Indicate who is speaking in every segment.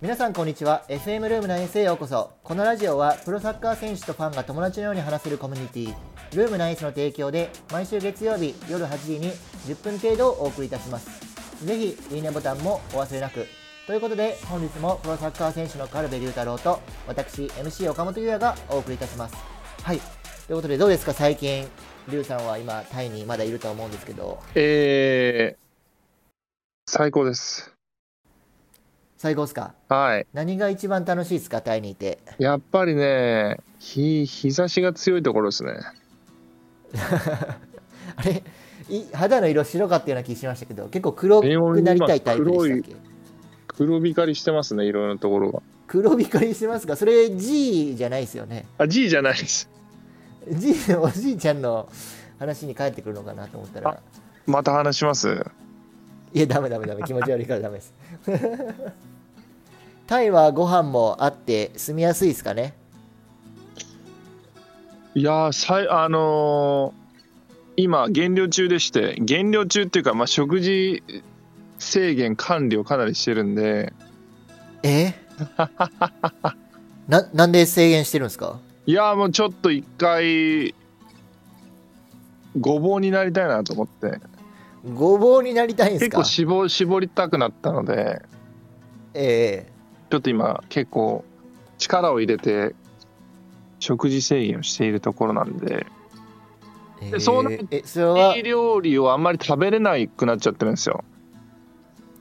Speaker 1: 皆さんこんにちは FM ルーム9へようこそこのラジオはプロサッカー選手とファンが友達のように話せるコミュニティルーム9の提供で毎週月曜日夜8時に10分程度お送りいたしますぜひいいねボタンもお忘れなくということで本日もプロサッカー選手の軽部龍太郎と私 MC 岡本優也がお送りいたしますはいということでどうですか最近龍さんは今タイにまだいると思うんですけど
Speaker 2: えー、最高です。
Speaker 1: 最高ですか
Speaker 2: はい。
Speaker 1: 何が一番楽しいですかタイにいて
Speaker 2: やっぱりね、日、日差しが強いところですね。
Speaker 1: あれい肌の色白かったような気しましたけど結構黒くなりたいタイプでしたっけ
Speaker 2: 黒光りしてますね、いろんなところが。
Speaker 1: 黒光りしてますかそれ G じゃないですよね
Speaker 2: あ、G じゃないです。
Speaker 1: G のおじいちゃんの話に帰ってくるのかなと思ったら
Speaker 2: また話します。
Speaker 1: いやダメダメダメ気持ち悪いからダメです タイはご飯もあって住みやすいですかね
Speaker 2: いやー、さいあのー今、減量中でして、減量中っていうか、まあ、食事制限管理をかなりしてるんで、
Speaker 1: え ななんで制限してるんですか
Speaker 2: いやー、もうちょっと一回、ごぼうになりたいなと思って、
Speaker 1: ごぼうになりたいんです
Speaker 2: 結
Speaker 1: か
Speaker 2: 構絞絞りたくなったので、
Speaker 1: え
Speaker 2: ちょっと今結構力を入れて食事制限をしているところなんで
Speaker 1: え
Speaker 2: でそうなる
Speaker 1: ええそれは
Speaker 2: 料理をあんまり食べれなくなっちゃってるんですよ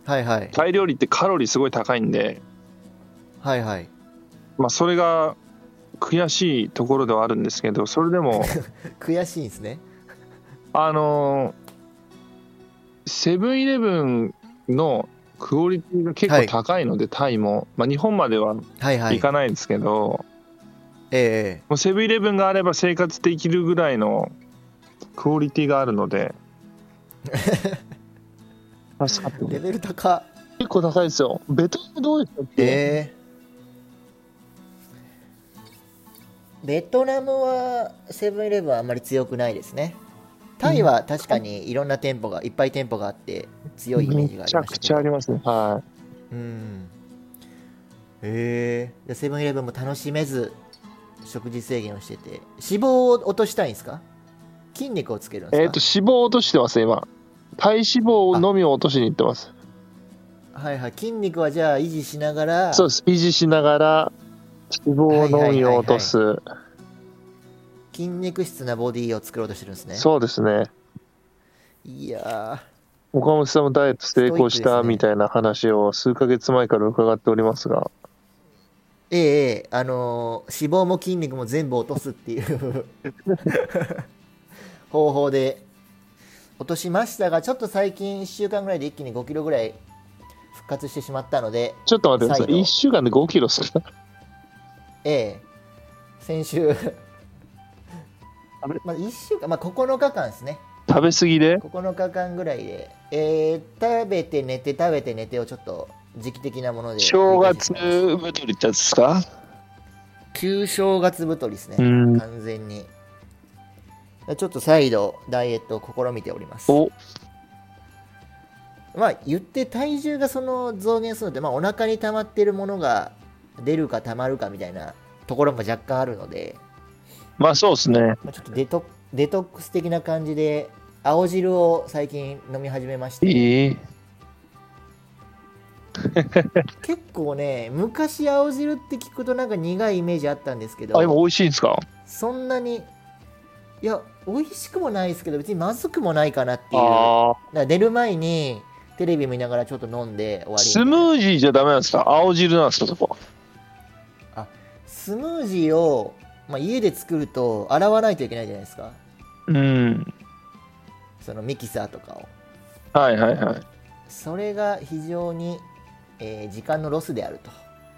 Speaker 1: はいはい
Speaker 2: タイ料理ってカロリーすごい高いんで、
Speaker 1: はいはい
Speaker 2: まあ、それが悔しいところではあるんですけどそれでも
Speaker 1: 悔しいんですね
Speaker 2: あのーセブンイレブンのクオリティが結構高いので、タイも、まあ、日本までは
Speaker 1: はいはい
Speaker 2: 行かないですけど、
Speaker 1: え
Speaker 2: もうセブンイレブンがあれば生活できるぐらいのクオリティがある ので助かって
Speaker 1: えレ
Speaker 2: る
Speaker 1: ベル高
Speaker 2: 結構高いですよベトナムどうでしたっけ、
Speaker 1: ええベトナムはセブンイレブンはあんまり強くないですねタイは確かにいろんな店舗がいっぱい店舗があって強いイメージがあ
Speaker 2: め
Speaker 1: り
Speaker 2: ちゃ
Speaker 1: ま
Speaker 2: く
Speaker 1: した
Speaker 2: ち
Speaker 1: け
Speaker 2: ゃ
Speaker 1: ど
Speaker 2: ありますねは
Speaker 1: うんええじゃあセブンイレブンも楽しめず食事制限をしてて脂肪を落としたいんですか筋肉をつけるん
Speaker 2: い
Speaker 1: で
Speaker 2: え
Speaker 1: す
Speaker 2: っ、
Speaker 1: か、
Speaker 2: と脂肪を落としてます今体脂肪のみを落としにいってます
Speaker 1: はいはい筋肉はじゃあ維持しながら
Speaker 2: そうです維持しながら脂肪のみを落とす、
Speaker 1: 筋肉質なボディを作ろうとしてるんですね
Speaker 2: そうですね
Speaker 1: いや
Speaker 2: 岡本さんもダイエット成功し
Speaker 1: ストイックで
Speaker 2: た
Speaker 1: すね
Speaker 2: みたいな話を数ヶ月前から伺っておりますが
Speaker 1: ーええええあのー脂肪も筋肉も全部落とすっていう 方法で落としましたがちょっと最近1週間ぐらいで一気に5キロぐらい復活してしまったので
Speaker 2: ちょっと待ってくださ
Speaker 1: 再
Speaker 2: い
Speaker 1: 度
Speaker 2: 1週間で5キロっすか
Speaker 1: ええ先週
Speaker 2: あれ
Speaker 1: まあ1週間、まあ、9日間ですね
Speaker 2: 食べ過ぎで
Speaker 1: 9日間ぐらいで、えー食べて寝て食べて寝てをちょっと時期的なもので
Speaker 2: 正月
Speaker 1: 繰り返してしまいまし
Speaker 2: 太りってやつですか
Speaker 1: た旧正月太りですね、
Speaker 2: うん
Speaker 1: 完全にちょっと再度ダイエットを試みております
Speaker 2: お
Speaker 1: まあ言って体重がその増減するので、まあ、お腹に溜まってるものが出るか溜まるかみたいなところも若干あるので、
Speaker 2: まあそうですね
Speaker 1: まあ、ちょっとデトデトックス的な感じで青汁を最近飲み始めまして
Speaker 2: いい
Speaker 1: 結構ね昔青汁って聞くとなんか苦いイメージあったんですけ
Speaker 2: あ今
Speaker 1: ど
Speaker 2: 美味しいんですか
Speaker 1: そんなにいや美味しくもないですけど別にまずくもないかなっていうだか
Speaker 2: あ
Speaker 1: ら寝る前にテレビ見ながらちょっと飲んで終わ
Speaker 2: あ
Speaker 1: り
Speaker 2: スムージーじゃダメなんですか青汁なんですかそこ
Speaker 1: スムージーを、まあ、家で作ると洗わないといけないじゃないですか
Speaker 2: うん
Speaker 1: そのミキサーとかを
Speaker 2: はいはいはい
Speaker 1: それが非常に、えー時間のロスであると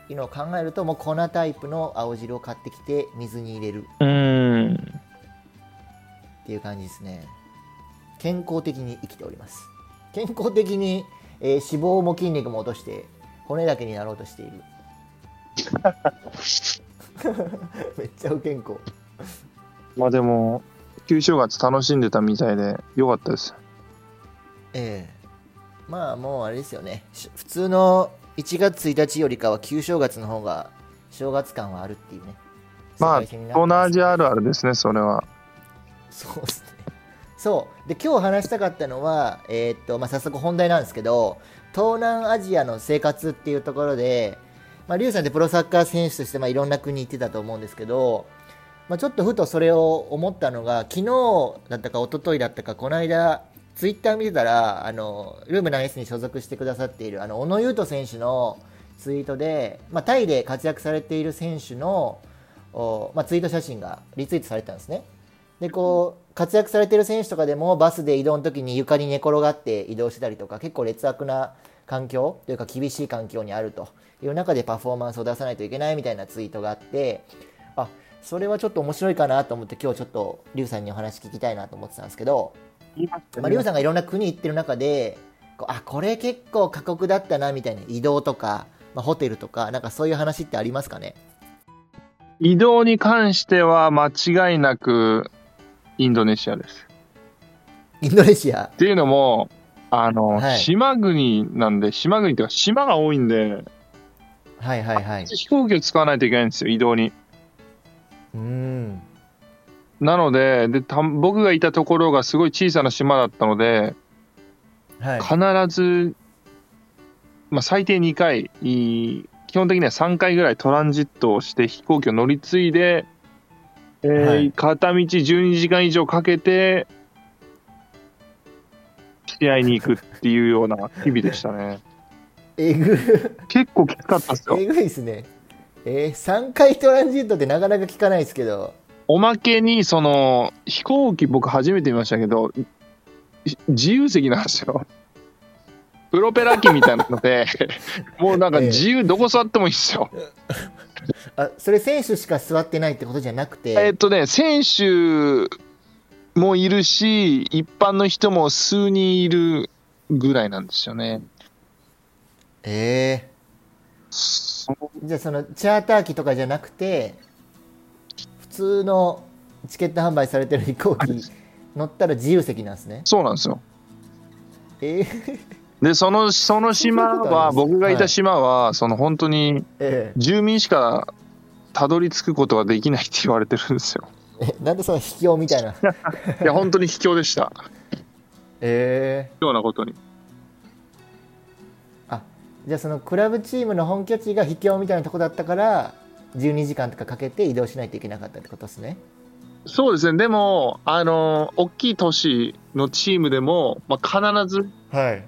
Speaker 1: いうのを考えるともう粉タイプの青汁を買ってきて水に入れる
Speaker 2: うん
Speaker 1: っていう感じですね健康的に生きております健康的に、えー脂肪も筋肉も落として骨だけになろうとしている めっちゃ不健康
Speaker 2: まあでも旧正月楽しんでたみたいでよかったです
Speaker 1: ええまあもうあれですよねし普通の1月1日よりかは旧正月の方が正月感はあるっていうね。
Speaker 2: まあ、
Speaker 1: 世界
Speaker 2: 東
Speaker 1: 線になって
Speaker 2: 南
Speaker 1: ます
Speaker 2: アジアあるあるですね、それは。
Speaker 1: そうですね。そう。で、今日話したかったのは、えーっと、まあ、早速本題なんですけど、東南アジアの生活っていうところで、まあ、リュウさんってプロサッカー選手として、まあ、いろんな国行ってたと思うんですけど、まあ、ちょっとふとそれを思ったのが、昨日だったか、一昨日だったか、この間、ツイッター見てたら、あの、ルームナイスに所属してくださっている、あの、小野優斗選手のツイートで、まあ、タイで活躍されている選手の、おまあ、ツイート写真がリツイートされてたんですね。でこう活躍されてる選手とかでもバスで移動の時に床に寝転がって移動してたりとか結構劣悪な環境というか厳しい環境にあるという中でパフォーマンスを出さないといけないみたいなツイートがあってあそれはちょっと面白いかなと思って今日ちょっとリュウさんにお話聞きたいなと思ってたんですけど、まあ、リュウさんがいろんな国行ってる中でこうあこれ結構過酷だったなみたいな移動とか、まあ、ホテルとかなんかそういう話ってありますかね
Speaker 2: 移動に関しては間違いなくインドネシアです。
Speaker 1: インドネシア
Speaker 2: っていうのも、あの、
Speaker 1: はい
Speaker 2: 島国なんで、島国っていうか島が多いんで、
Speaker 1: はいはいはい
Speaker 2: 飛行機を使わないといけないんですよ、移動に。
Speaker 1: うん
Speaker 2: なのででた僕がいたところがすごい小さな島だったので
Speaker 1: はい
Speaker 2: 必ず、まあ、最低2回いい基本的には3回ぐらいトランジットをして飛行機を乗り継いで、えー
Speaker 1: はい
Speaker 2: 片道12時間以上かけて試合に行くっていうような日々でし たね
Speaker 1: えぐ
Speaker 2: 結構きつかったですよ
Speaker 1: えぐいですね。えー、3回トランジットってなかなか聞かないですけど、
Speaker 2: おまけにその飛行機僕初めて見ましたけどい自由席なんですよプロペラ機みたいな のでもうなんか自由どこ座ってもいいんですよ
Speaker 1: あそれ選手しか座ってないってことじゃなくて、
Speaker 2: えっとね選手もいるし一般の人も数人いるぐらいなんですよね
Speaker 1: え
Speaker 2: そ
Speaker 1: ーじゃあそのチャーター機とかじゃなくて、普通のチケット販売されてる飛行機乗ったら自由席なんですね。
Speaker 2: そうなんですよ
Speaker 1: えー
Speaker 2: でそのその島
Speaker 1: そういうことあ
Speaker 2: は
Speaker 1: ります
Speaker 2: 僕がいた島はその本当に
Speaker 1: え
Speaker 2: 住民しかたどり着くことができないって言われてるんですよ
Speaker 1: ーえなんでその卑怯みたい な。
Speaker 2: いや本当に卑怯でした
Speaker 1: え
Speaker 2: ようなことに
Speaker 1: ーあじゃあそのクラブチームの本拠地が卑怯みたいなとこだったから、12時間とかかけて移動しないといけなかったってことですね。
Speaker 2: そうですねでもあの大きい都市のチームでも、まあ、必ず
Speaker 1: はい。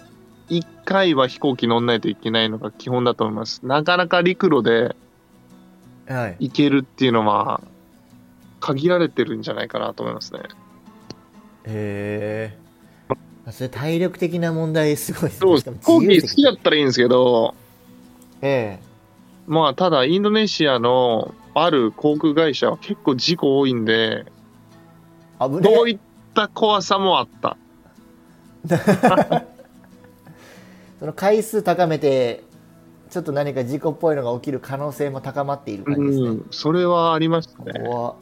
Speaker 2: 1回は飛行機乗んないといけないのが基本だと思いますなかなか陸路で
Speaker 1: はい。
Speaker 2: 行けるっていうのは限られてるんじゃないかなと思いますね
Speaker 1: へえ。それ体力的な問題すごいです
Speaker 2: そ
Speaker 1: ね。
Speaker 2: うで
Speaker 1: し
Speaker 2: す
Speaker 1: かも
Speaker 2: 飛行
Speaker 1: 自由
Speaker 2: 機
Speaker 1: 席
Speaker 2: 好きだったらいいんですけど
Speaker 1: え
Speaker 2: まあただインドネシアのある航空会社は結構事故多いんで
Speaker 1: え。危
Speaker 2: ど
Speaker 1: な
Speaker 2: う
Speaker 1: い。
Speaker 2: いった怖さもあった
Speaker 1: その回数高めて、ちょっと何か事故っぽいのが起きる可能性も高まっている感じ
Speaker 2: う
Speaker 1: で
Speaker 2: んそれはありました
Speaker 1: すね。
Speaker 2: ね
Speaker 1: 怖っ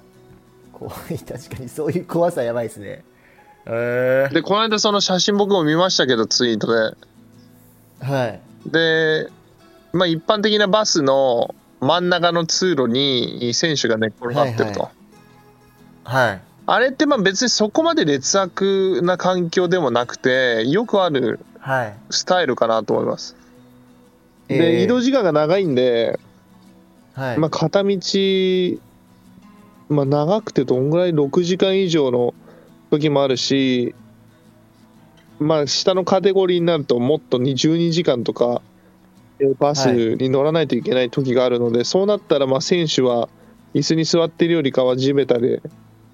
Speaker 1: 怖い。確かにそういう怖さやばいですね。 へ
Speaker 2: でこの間その写真僕も見ましたけどツイートで
Speaker 1: え。はい。
Speaker 2: で、まあ、一般的なバスの真ん中の通路に選手が寝っ転がってると、
Speaker 1: ははい。
Speaker 2: あれってまあ別にそこまで劣悪な環境でもなくてよくある
Speaker 1: はい。
Speaker 2: スタイルかなと思いますで、
Speaker 1: えー
Speaker 2: 移動時間が長いんで、
Speaker 1: はい。
Speaker 2: まあ、片道、まあ、長くてどんぐらい6時間以上の時もあるしまあ下のカテゴリーになるともっとに12時間とかえーバスに乗らないといけない時があるので、そうなったらまあ選手は椅子に座ってるよりかは地べたで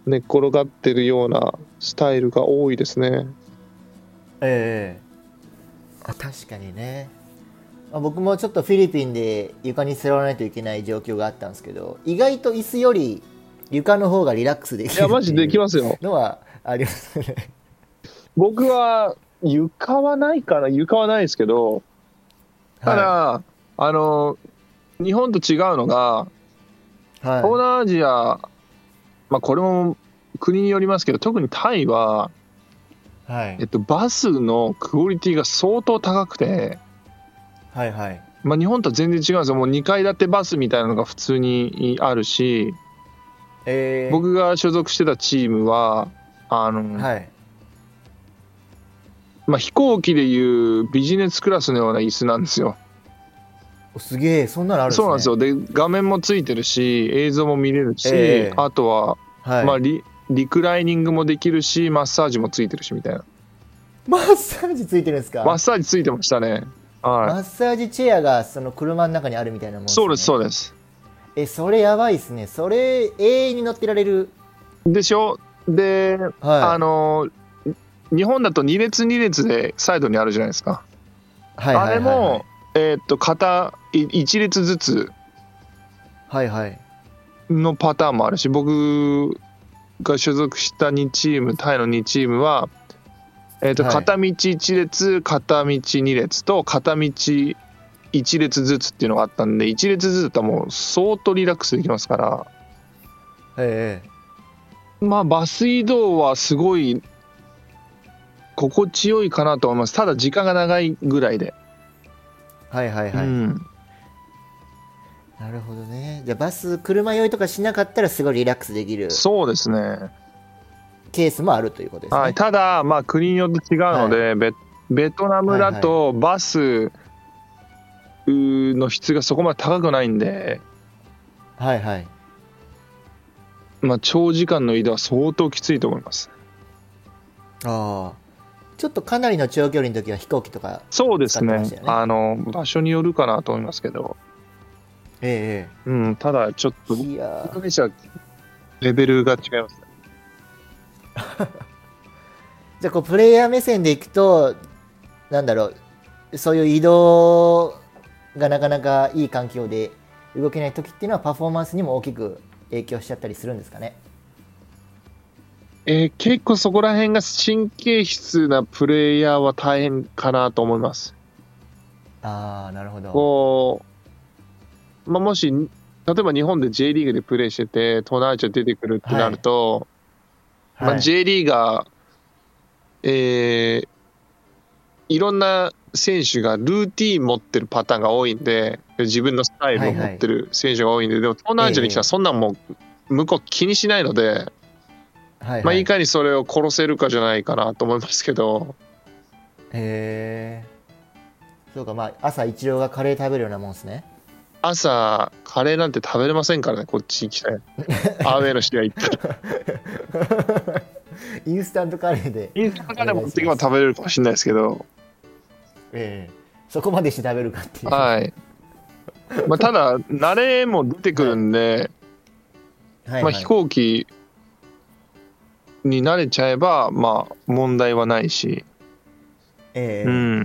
Speaker 2: 寝っ転がってるようなスタイルが多いですね。
Speaker 1: ええあ確かにね、まあ、僕もちょっとフィリピンで床に座らないといけない状況があったんですけど意外と椅子より床の方がリラックスできる
Speaker 2: いやマジでき
Speaker 1: ま
Speaker 2: ます よ。
Speaker 1: のはありますね
Speaker 2: 僕は床はないかな床はないですけどただ、
Speaker 1: は
Speaker 2: あの日本と違うのが
Speaker 1: い、はい、
Speaker 2: 東南アジア、まあ、これも国によりますけど特にタイは、
Speaker 1: はい
Speaker 2: えっと、バスのクオリティが相当高くて
Speaker 1: はいはい
Speaker 2: まあ、日本とは全然違うんですよもう2階建てバスみたいなのが普通にあるし
Speaker 1: えー、
Speaker 2: 僕が所属してたチームはあの、
Speaker 1: はい
Speaker 2: まあ、飛行機でいうビジネスクラスのような椅子なんですよ。
Speaker 1: おすげえそんなのあるんです
Speaker 2: そ
Speaker 1: ね
Speaker 2: うなんですよで画面もついてるし映像も見れるし、
Speaker 1: ええ
Speaker 2: あとは、
Speaker 1: はい、
Speaker 2: まあ、リリクライニングもできるしマッサージもついてるしみたいな
Speaker 1: マッサージついてるんですか
Speaker 2: マッサージついてましたね
Speaker 1: マ
Speaker 2: は
Speaker 1: ッサージチェアがその車の中にあるみたいなもん、
Speaker 2: いそうですそううです
Speaker 1: えそれやばいですねそれ永遠に乗ってられる
Speaker 2: でしょで、
Speaker 1: はい
Speaker 2: あの日本だと2列2列でサイドにあるじゃないですか、
Speaker 1: はいはいはいはい、
Speaker 2: あれもえーっと片1列ずつ
Speaker 1: はいはい
Speaker 2: のパターンもあるし僕が所属した2チームタイの2チームは、えーと
Speaker 1: はい
Speaker 2: 片道1列片道2列と片道1列ずつっていうのがあったんで1列ずつだったらもう相当リラックスできますから
Speaker 1: ええ
Speaker 2: まあバス移動はすごい心地よいかなと思いますただ時間が長いぐらいで、
Speaker 1: はいはいはい、
Speaker 2: うん
Speaker 1: なるほどねじゃあバス車酔いとかしなかったらすごいリラックスできる
Speaker 2: そうですね
Speaker 1: ケースもあるということですね、
Speaker 2: はい、ただ、まあ、国によって違うので、ベベトナムだとバスうーの質がそこまで高くないんで、
Speaker 1: はいはい
Speaker 2: まあ、長時間の移動は相当きついと思います。
Speaker 1: ああちょっとかなりの長距離の時は飛行機とか
Speaker 2: そうです
Speaker 1: 使って
Speaker 2: ね
Speaker 1: ましたよね
Speaker 2: あの場所によるかなと思いますけど、
Speaker 1: え
Speaker 2: うん、ただちょっ
Speaker 1: え
Speaker 2: とイン
Speaker 1: いや
Speaker 2: ドネシアはレベルが違いますね。
Speaker 1: じゃあこうプレイヤー目線でいくとなんだろうそういう移動がなかなかいい環境で動けない時っていうのはパフォーマンスにも大きく影響しちゃったりするんですかね
Speaker 2: えー結構そこら辺が神経質なプレイヤーは大変かなと思います。
Speaker 1: ああなるほど
Speaker 2: こう、まあ、もし例えば日本で J リーグでプレーしてて東南アジア出てくるってなると、ま
Speaker 1: は
Speaker 2: あ、
Speaker 1: い
Speaker 2: J リーガー、えーいろんな選手がルーティン持ってるパターンが多いんで自分のスタイルを持ってる選手が多いんで、でも東南アジアに来
Speaker 1: え
Speaker 2: た
Speaker 1: え
Speaker 2: らそんなんもう向こう気にしないので、
Speaker 1: はい
Speaker 2: まあ、
Speaker 1: はい
Speaker 2: いかにそれを殺せるかじゃないかなと思いますけど
Speaker 1: へえそうかまあ朝一郎がカレー食べるようなもんですね
Speaker 2: 朝カレーなんて食べれませんからねこっち 来たらアウェーの試合行ったら
Speaker 1: インスタントカレーで
Speaker 2: インスタから持っていけば食べれるかもしれないですけど、
Speaker 1: ええそこまでして食べるかっていう
Speaker 2: はい。まあ、ただ、慣れも出てくるんで、
Speaker 1: はいは
Speaker 2: まあ、
Speaker 1: い
Speaker 2: 飛行機に慣れちゃえば、まあ、問題はないし、
Speaker 1: ええ
Speaker 2: うん。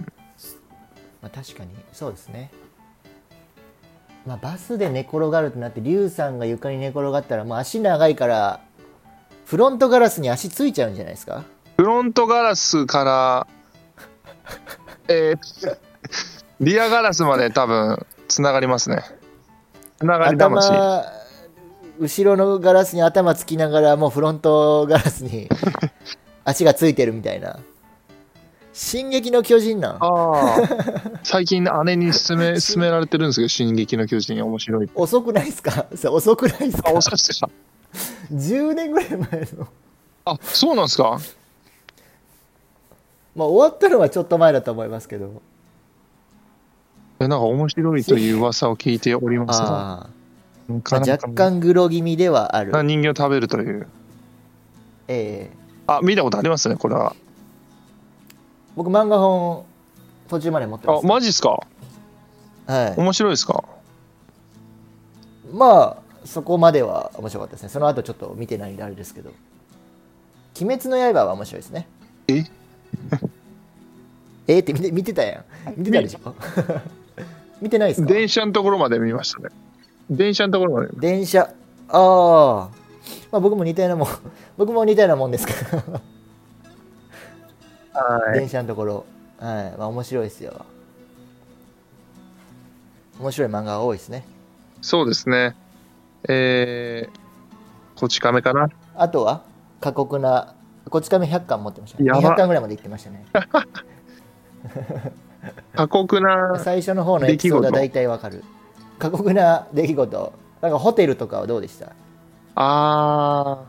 Speaker 1: まあ、確かにそうですね、まあ、バスで寝転がるとなってリュウさんが床に寝転がったらもう足長いからフロントガラスに足ついちゃうんじゃないですか
Speaker 2: フロントガラスから、えーリアガラスまで多分、つながりますね。つながり魂。
Speaker 1: 頭後ろのガラスに頭つきながらもうフロントガラス に足がついてるみたいな「進撃の巨人」なん
Speaker 2: ああ最近姉に勧め勧められてるんですけど「進撃の巨人」面白いって
Speaker 1: 遅くないですか それ遅くないです
Speaker 2: あ
Speaker 1: か
Speaker 2: お察しでした
Speaker 1: 10年ぐらい前の
Speaker 2: あそうなんですか
Speaker 1: まあ終わったのはちょっと前だと思いますけど
Speaker 2: えなんか面白いという噂を聞いておりますが、
Speaker 1: あ
Speaker 2: な
Speaker 1: あ
Speaker 2: かなか
Speaker 1: 若干グロ気味ではある
Speaker 2: 人形を食べるという。
Speaker 1: ええ
Speaker 2: あ、見たことありますね、これは。
Speaker 1: 僕漫画本途中まで持ってま
Speaker 2: あ、
Speaker 1: す、
Speaker 2: マジですか。
Speaker 1: はい、
Speaker 2: 面白いですか。
Speaker 1: まあそこまでは面白かったですねその後ちょっと見てないんであれですけど「鬼滅の刃」は面白いですね
Speaker 2: え、
Speaker 1: えー、って見て見てたやん見てたでしょ 見てないですか
Speaker 2: 電車のところまで見ましたね。電車のところまで。
Speaker 1: 電車ああまあ僕も似たようなもん僕も似たようなもんですから
Speaker 2: は
Speaker 1: 電車のところはいまあ面白いですよ面白い漫画が多いですね
Speaker 2: そうですね。えー、こち亀かな。
Speaker 1: あとは過酷なこっち亀100巻持ってましたね
Speaker 2: やば
Speaker 1: 200巻ぐらいまで行ってましたね
Speaker 2: 過酷な
Speaker 1: 最初の方のエピソードは
Speaker 2: 出来
Speaker 1: 大体わかる過酷な出来事なんかホテルとかはどうでした
Speaker 2: あ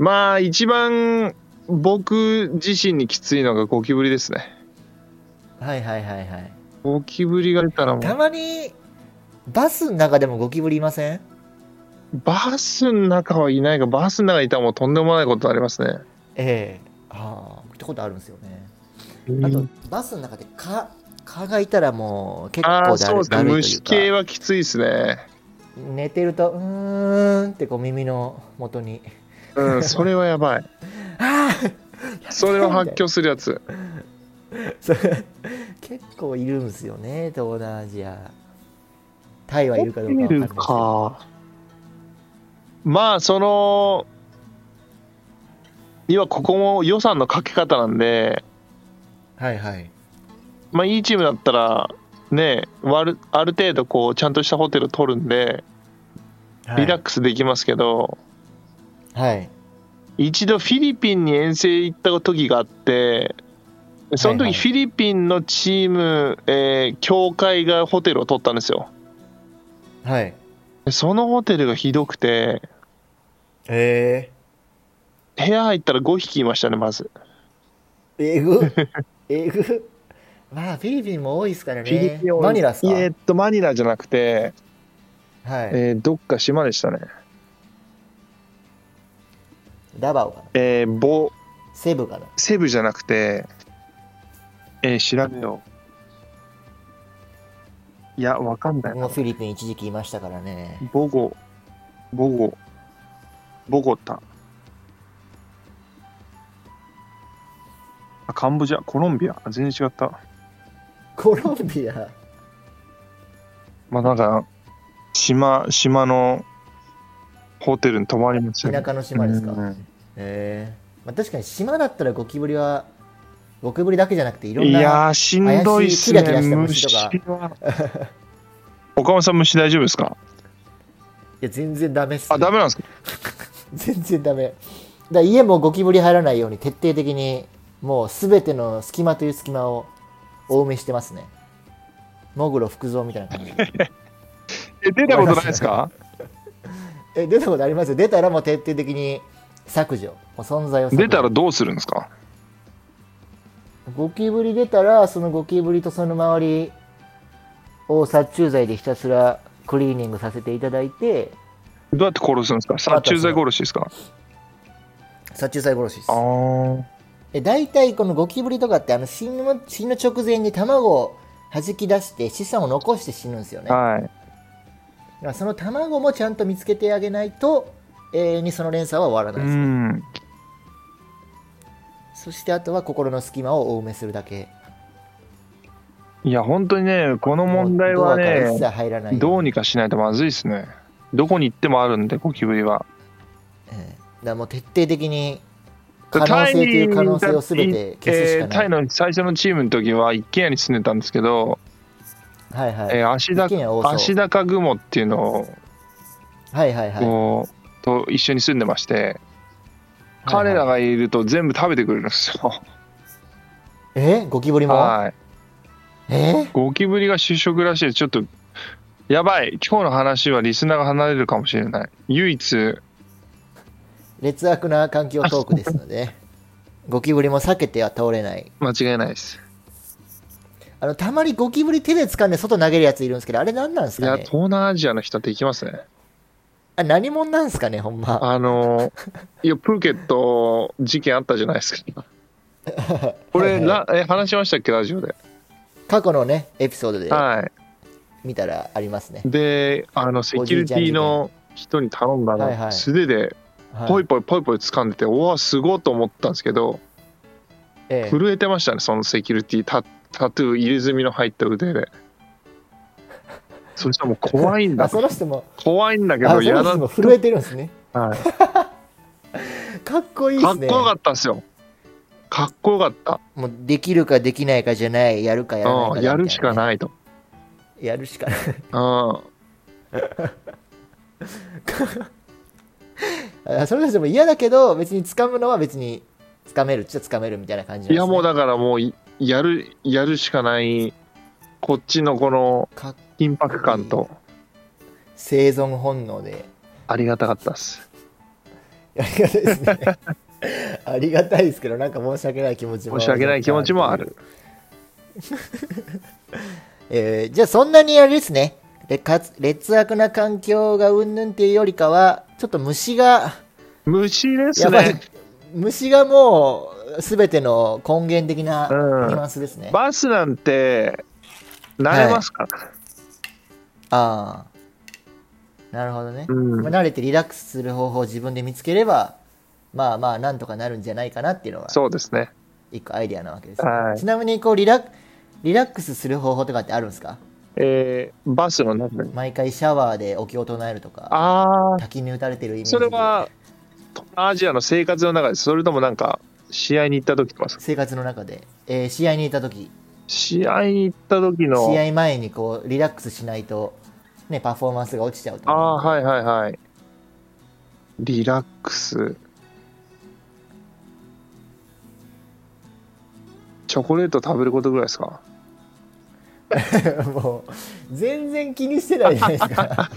Speaker 2: ーまあ一番僕自身にきついのがゴキブリですね
Speaker 1: はいはいはいはい
Speaker 2: ゴキブリが出たらも
Speaker 1: た
Speaker 2: う
Speaker 1: まにバスの中でもゴキブリいません
Speaker 2: バスの中はいないがバスの中にいたらもうとんでもないことになりますね
Speaker 1: ええああ行ったことあるんですよね
Speaker 2: うん
Speaker 1: あとバスの中で蚊蚊がいたらもう結
Speaker 2: あ
Speaker 1: 構
Speaker 2: ー
Speaker 1: だ
Speaker 2: そう
Speaker 1: る
Speaker 2: ですね
Speaker 1: だるいとい
Speaker 2: 虫
Speaker 1: うか
Speaker 2: 系はきついですね
Speaker 1: 寝てるとうーんってこう耳の元に
Speaker 2: うんそれはやばい
Speaker 1: あ
Speaker 2: それは発狂するやつ
Speaker 1: あ 結構いるんですよね東南アジアタイはいるかどうかわかんないですけど
Speaker 2: かまあその今ここも予算のかけ方なんで
Speaker 1: はいはい
Speaker 2: まあいいチームだったらねわるある程度こうちゃんとしたホテル取るんで
Speaker 1: はい
Speaker 2: リラックスできますけど、
Speaker 1: はい
Speaker 2: 一度フィリピンに遠征行った時があってその
Speaker 1: はいは
Speaker 2: 時
Speaker 1: い
Speaker 2: フィリピンのチーム、えー協会がホテルを取ったんですよ
Speaker 1: はい
Speaker 2: でそのホテルがひどくて
Speaker 1: え
Speaker 2: 部屋入ったら5匹いましたねまず
Speaker 1: ー、えぐえぐまあフィリピンも多いですから
Speaker 2: フィリ
Speaker 1: ね
Speaker 2: ピンを
Speaker 1: マニラっすか
Speaker 2: いええっとマニラじゃなくて、
Speaker 1: はい
Speaker 2: えーどっか島でしたね
Speaker 1: ダバオかな
Speaker 2: えーボ
Speaker 1: セブかな
Speaker 2: セブじゃなくてえー調べよういやわかんない
Speaker 1: 僕もフィリピン一時期いましたからね
Speaker 2: ボゴボゴボゴタあカンボジアコロンビアあ全然違った
Speaker 1: コロンビア
Speaker 2: まあなんか島島のホテルに泊まりましたね
Speaker 1: 田舎の島ですか
Speaker 2: うんうん
Speaker 1: えーまあ、確かに島だったらゴキブリはゴキブリだけじゃなくていろん
Speaker 2: い
Speaker 1: な
Speaker 2: やー、しんどいっす
Speaker 1: 怪し
Speaker 2: ね。
Speaker 1: いキラキラした虫と
Speaker 2: 虫
Speaker 1: か
Speaker 2: は。岡本さん、虫大丈夫で すか
Speaker 1: いや全然ダメっす
Speaker 2: あ、ダメなんですか
Speaker 1: 全然ダメだから家もゴキブリ入らないように徹底的にもう全ての隙間という隙間をお埋めしてますねモグロ福蔵みたいな 感じで
Speaker 2: え、出たことないですか
Speaker 1: え出たことありますよ出たらもう徹底的に削除もう存在を削除
Speaker 2: 出たらどうするんですか
Speaker 1: ゴキブリ出たらそのゴキブリとその周りを殺虫剤でひたすらクリーニングさせていただいて
Speaker 2: どうやって殺すんですか殺虫剤殺しですか
Speaker 1: 殺虫剤殺しです
Speaker 2: あー
Speaker 1: え大体このゴキブリとかってあの死ぬ死ぬ直前に卵を弾き出して子孫を残して死ぬんですよねだか
Speaker 2: はい。
Speaker 1: らその卵もちゃんと見つけてあげないと永遠にその連鎖は終わらな
Speaker 2: う
Speaker 1: いで
Speaker 2: ん。
Speaker 1: すそしてあとは心の隙間をお埋めするだけ
Speaker 2: いや、本当にね、この問題
Speaker 1: もうドア
Speaker 2: は
Speaker 1: から一
Speaker 2: ね、
Speaker 1: 切入らない
Speaker 2: どうにかしないとまずいですね。どこに行ってもあるんで、ゴキブリは。
Speaker 1: ええだからもう徹底的に可能性という可能性を全て消すし
Speaker 2: え
Speaker 1: か
Speaker 2: ータ
Speaker 1: な
Speaker 2: イ
Speaker 1: い、
Speaker 2: の最初のチームの時は、一軒家に住んでたんですけど、
Speaker 1: はいはい、
Speaker 2: えー、足高
Speaker 1: 一軒家多そう
Speaker 2: 足高雲っていうのを
Speaker 1: はいはいはい
Speaker 2: こうと一緒に住んでまして、彼ら
Speaker 1: はいはい
Speaker 2: がいると全部食べてくれるんですよ。
Speaker 1: えゴキブリも、
Speaker 2: はい。
Speaker 1: え
Speaker 2: ゴキブリが主食らしいですちょっとやばい。今日の話はリスナーが離れるかもしれない。唯一
Speaker 1: 劣悪な環境トークですのでゴキブリも避けては倒れない
Speaker 2: 間違いないです。
Speaker 1: あのたまにゴキブリ手で掴んで外投げるやついるんですけどあれ何なんです
Speaker 2: い
Speaker 1: か
Speaker 2: や
Speaker 1: ね
Speaker 2: 東南アジアの人って行きますね。
Speaker 1: あ何者なんですかねほんま
Speaker 2: あのいやプーケット事件あったじゃないです か。これ、らえ話しましたっけラジオで。
Speaker 1: 過去のねエピソードで
Speaker 2: はい。
Speaker 1: 見たらありますね、
Speaker 2: であのセキュリティの人に頼んだ
Speaker 1: はいは
Speaker 2: ら
Speaker 1: い
Speaker 2: 素手で
Speaker 1: はい
Speaker 2: ポイポイポイポイ掴んでておわすごいと思ったんですけど
Speaker 1: ええ
Speaker 2: 震えてましたねそのセキュリティタタトゥー入れ墨の入った腕でそしたらもう怖いん
Speaker 1: あ
Speaker 2: だ
Speaker 1: その人も
Speaker 2: 怖いんだけ
Speaker 1: あそ
Speaker 2: ど
Speaker 1: の
Speaker 2: 嫌だ
Speaker 1: 人も震えてるんですね
Speaker 2: はい
Speaker 1: かっこいいで
Speaker 2: か
Speaker 1: す
Speaker 2: っこ
Speaker 1: ね
Speaker 2: よかったんですよかっこよかった
Speaker 1: もうできるかできないかじゃないやるかやらないか
Speaker 2: うんやるしか
Speaker 1: い
Speaker 2: ないと
Speaker 1: やるしかない
Speaker 2: う
Speaker 1: あその人も嫌だけど別に掴むのは別に掴めるっちゃ掴めるみたいな感じなんで
Speaker 2: ん
Speaker 1: す、ね、
Speaker 2: いやもうだからもういやるやるしかないこっちのこの
Speaker 1: かっ
Speaker 2: 緊迫感と
Speaker 1: 生存本能で
Speaker 2: ありがたかったっす
Speaker 1: ありがたいですね ありがたいですけどなんか申し訳ない気持ちも
Speaker 2: 申し訳ない気持ちもある
Speaker 1: えーじゃあそんなにあれですねれかつ劣悪な環境がうんぬんっていうよりかはちょっと虫が
Speaker 2: 虫です
Speaker 1: やばい
Speaker 2: ね
Speaker 1: 虫がもう全ての根源的な
Speaker 2: うん
Speaker 1: ニュアンスですね、あ
Speaker 2: バスなんて慣れますから、
Speaker 1: あーなるほどね、
Speaker 2: うん
Speaker 1: まあ慣れてリラックスする方法を自分で見つければまあまあなんとかなるんじゃないかなっていうのが
Speaker 2: そうですね
Speaker 1: 一個アイデアなわけです、ね
Speaker 2: はい
Speaker 1: ちなみにこうリラックリラックスする方法とかってあるんですか
Speaker 2: えーバスの中に
Speaker 1: 毎回シャワーでお経を唱えるとか
Speaker 2: ああ
Speaker 1: 滝に打たれてるイメージで
Speaker 2: それは東南アジアの生活の中ですそれともなんか試合に行った時とかですか
Speaker 1: 生活の中で、えー試合にいた時
Speaker 2: 試合に行った時の
Speaker 1: 試合前にこうリラックスしないと、ね、パフォーマンスが落ちちゃうと
Speaker 2: ああ
Speaker 1: 思うんで
Speaker 2: はいはいはいリラックスチョコレート食べることぐらいですか
Speaker 1: もう全然気にしてないじゃないです か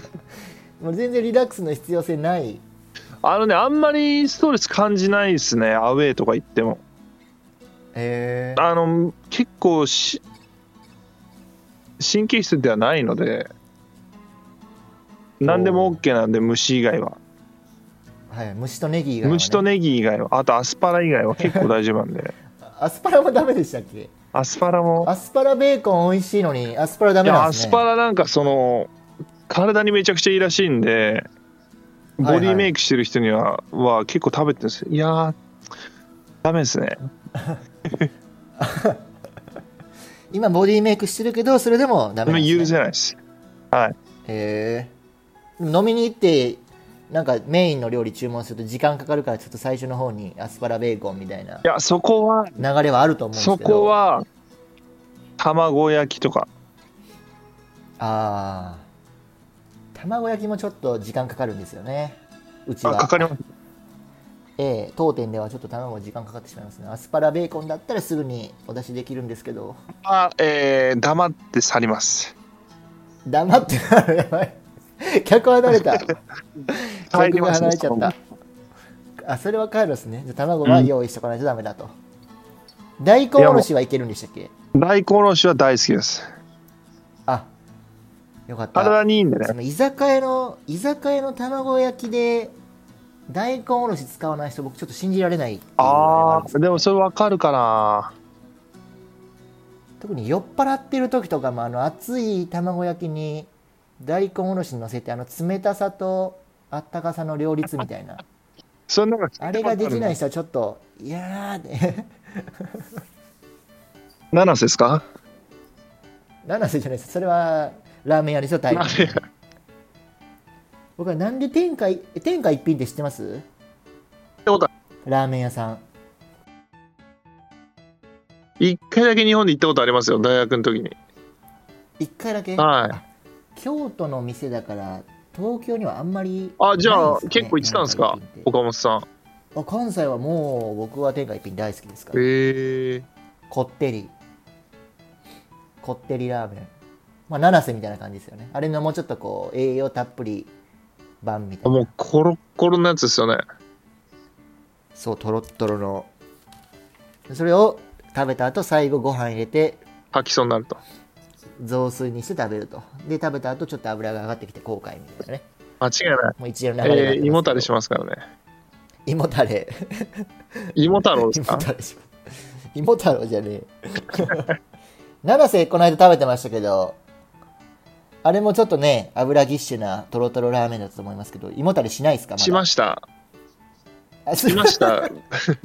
Speaker 1: もう全然リラックスの必要性ない
Speaker 2: あのねあんまりストレス感じないですねアウェーとか行っても
Speaker 1: えー、
Speaker 2: あの結構し神経質ではないので何でも OK なんで虫以外は
Speaker 1: はい、虫とネギ以外はね
Speaker 2: 虫とネギ以外はあとアスパラ以外は結構大丈夫なん で
Speaker 1: アスパラもダメでしたっけ
Speaker 2: アスパラも
Speaker 1: アスパラベーコン美味しいのにアスパラダメなんですね
Speaker 2: いやアスパラなんかその体にめちゃくちゃいいらしいんで
Speaker 1: はい
Speaker 2: ボディメイクしてる人には,、は結構食べてるんですよいやーダメですね
Speaker 1: 今ボディメイクしてるけどそれでもダメなんです、ね、
Speaker 2: 許せないですはい
Speaker 1: へえ飲みに行ってなんかメインの料理注文すると時間かかるからちょっと最初の方にアスパラベーコンみたいない
Speaker 2: やそこは
Speaker 1: 流れはあると思うんですけ
Speaker 2: そ
Speaker 1: ど
Speaker 2: こは卵焼きとか
Speaker 1: ああ卵焼きもちょっと時間かかるんですよねうち
Speaker 2: あ
Speaker 1: は
Speaker 2: かかります
Speaker 1: ええ当店ではちょっと卵時間かかってしまいますねアスパラベーコンだったらすぐにお出しできるんですけど
Speaker 2: あえー、黙って去ります
Speaker 1: 黙ってやばい客離れた
Speaker 2: 帰
Speaker 1: 客
Speaker 2: り
Speaker 1: が
Speaker 2: ま
Speaker 1: 離
Speaker 2: すね
Speaker 1: れちゃったあそれは帰るんですねじゃあ卵は用意しとかないとダメだと、大根おろしはいけるんでしたっけ
Speaker 2: 大根おろしは大好きです
Speaker 1: あよかった
Speaker 2: 体にいいんで
Speaker 1: そ
Speaker 2: ね
Speaker 1: の居酒屋の居酒屋の卵焼きで大根おろし使わない人僕ちょっと信じられないっていうあれがあ
Speaker 2: あ
Speaker 1: るんです
Speaker 2: あでもそれわかるかな
Speaker 1: 特に酔っ払ってる時とかもあの熱い卵焼きに大根おろし乗せてあの冷たさとあったかさの両立みたいな
Speaker 2: それなんか聞いた
Speaker 1: あれができない
Speaker 2: こ
Speaker 1: 人はちょっといやーって
Speaker 2: とあるな七瀬ですか
Speaker 1: 七瀬じゃないですそれはラーメン屋でしょ大
Speaker 2: 七瀬
Speaker 1: 変僕はなんで天下い天下一品って知ってます
Speaker 2: ってことは
Speaker 1: ラーメン屋さん
Speaker 2: 一回だけ日本に行ったことありますよ大学の時に
Speaker 1: 一回だけ
Speaker 2: はい
Speaker 1: 京都の店だから東京にはあんまり
Speaker 2: あじゃ
Speaker 1: な
Speaker 2: あ、
Speaker 1: いですね
Speaker 2: 結構行ってたんですか
Speaker 1: 天下一品って
Speaker 2: 岡本さん
Speaker 1: あ関西はもう僕は天下一品大好きですから
Speaker 2: へえ
Speaker 1: こってりこってりラーメンまあ七瀬みたいな感じですよねあれのもうちょっとこう栄養たっぷり版みたい
Speaker 2: も
Speaker 1: な
Speaker 2: うコロッコロのやつですよね
Speaker 1: そうとろっとろのそれを食べた後最後ご飯入れて
Speaker 2: 吐きそうになると
Speaker 1: 雑炊にして食べるとで食べた後ちょっと油が上がってきて後悔みたいなね
Speaker 2: 間違いない
Speaker 1: もう一連の流れになって
Speaker 2: えー、
Speaker 1: ます
Speaker 2: 胃もたれし
Speaker 1: ま
Speaker 2: ますからね
Speaker 1: 胃もた れ
Speaker 2: 胃もたろうです
Speaker 1: 芋
Speaker 2: か
Speaker 1: 太郎します芋太郎じゃねえ 七瀬この間食べてましたけどあれもちょっとね油ぎっしゅなとろとろラーメンだったと思いますけど胃もたれしないですかまだ
Speaker 2: しました
Speaker 1: あす
Speaker 2: しました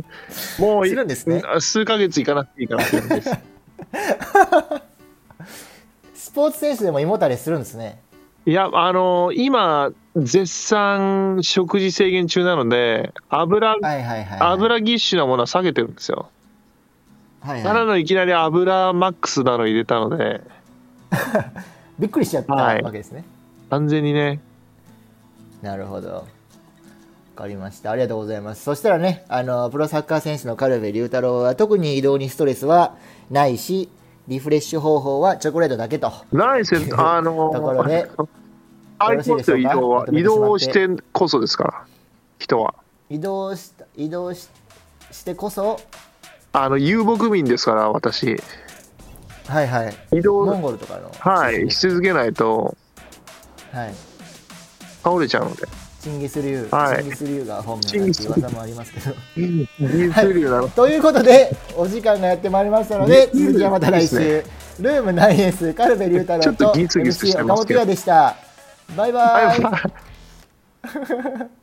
Speaker 2: もうい
Speaker 1: するんですね
Speaker 2: あ数ヶ月行かなくていいかなって感じです
Speaker 1: スポーツ選手でも胃もたれするんですね
Speaker 2: いやあのー今絶賛食事制限中なので油
Speaker 1: はいはいはい、はい、
Speaker 2: 油ぎっしゅなものは下げてるんですよ
Speaker 1: はいはい
Speaker 2: 奈良のいきなり油マックスなの入れたので
Speaker 1: びっくりしちゃった
Speaker 2: はい
Speaker 1: わけですね、
Speaker 2: 完全にね
Speaker 1: なるほどわかりましたありがとうございますそしたらねあのプロサッカー選手の軽部龍太郎は特に移動にストレスはないしリフレッシュ方法はチョコレートだけと。
Speaker 2: 来 世あの
Speaker 1: ところで
Speaker 2: あれですよ移動は
Speaker 1: よろしいで
Speaker 2: 移
Speaker 1: しょうか
Speaker 2: 動をしてこそですから人は
Speaker 1: 移動した移動ししてこそ、
Speaker 2: あの遊牧民ですから私
Speaker 1: はいはい。
Speaker 2: 移
Speaker 1: モン
Speaker 2: 動
Speaker 1: ゴルとかの。
Speaker 2: はいし続けないと
Speaker 1: はい。
Speaker 2: 倒れちゃうので
Speaker 1: チンギス流、
Speaker 2: はい
Speaker 1: チンギス流が本名
Speaker 2: チン
Speaker 1: だ
Speaker 2: ギ
Speaker 1: ってい
Speaker 2: ス
Speaker 1: う技もありますけど。
Speaker 2: 技術流なの
Speaker 1: ということで、お時間がやってまいりましたので、続きはまた来週。
Speaker 2: いい
Speaker 1: ルームナイエンス、カルベ龍太郎
Speaker 2: ちょっと
Speaker 1: と
Speaker 2: ギスギス
Speaker 1: MC
Speaker 2: してま
Speaker 1: 岡
Speaker 2: す
Speaker 1: 本
Speaker 2: けど
Speaker 1: 也でした。バイバイ。
Speaker 2: バイバイ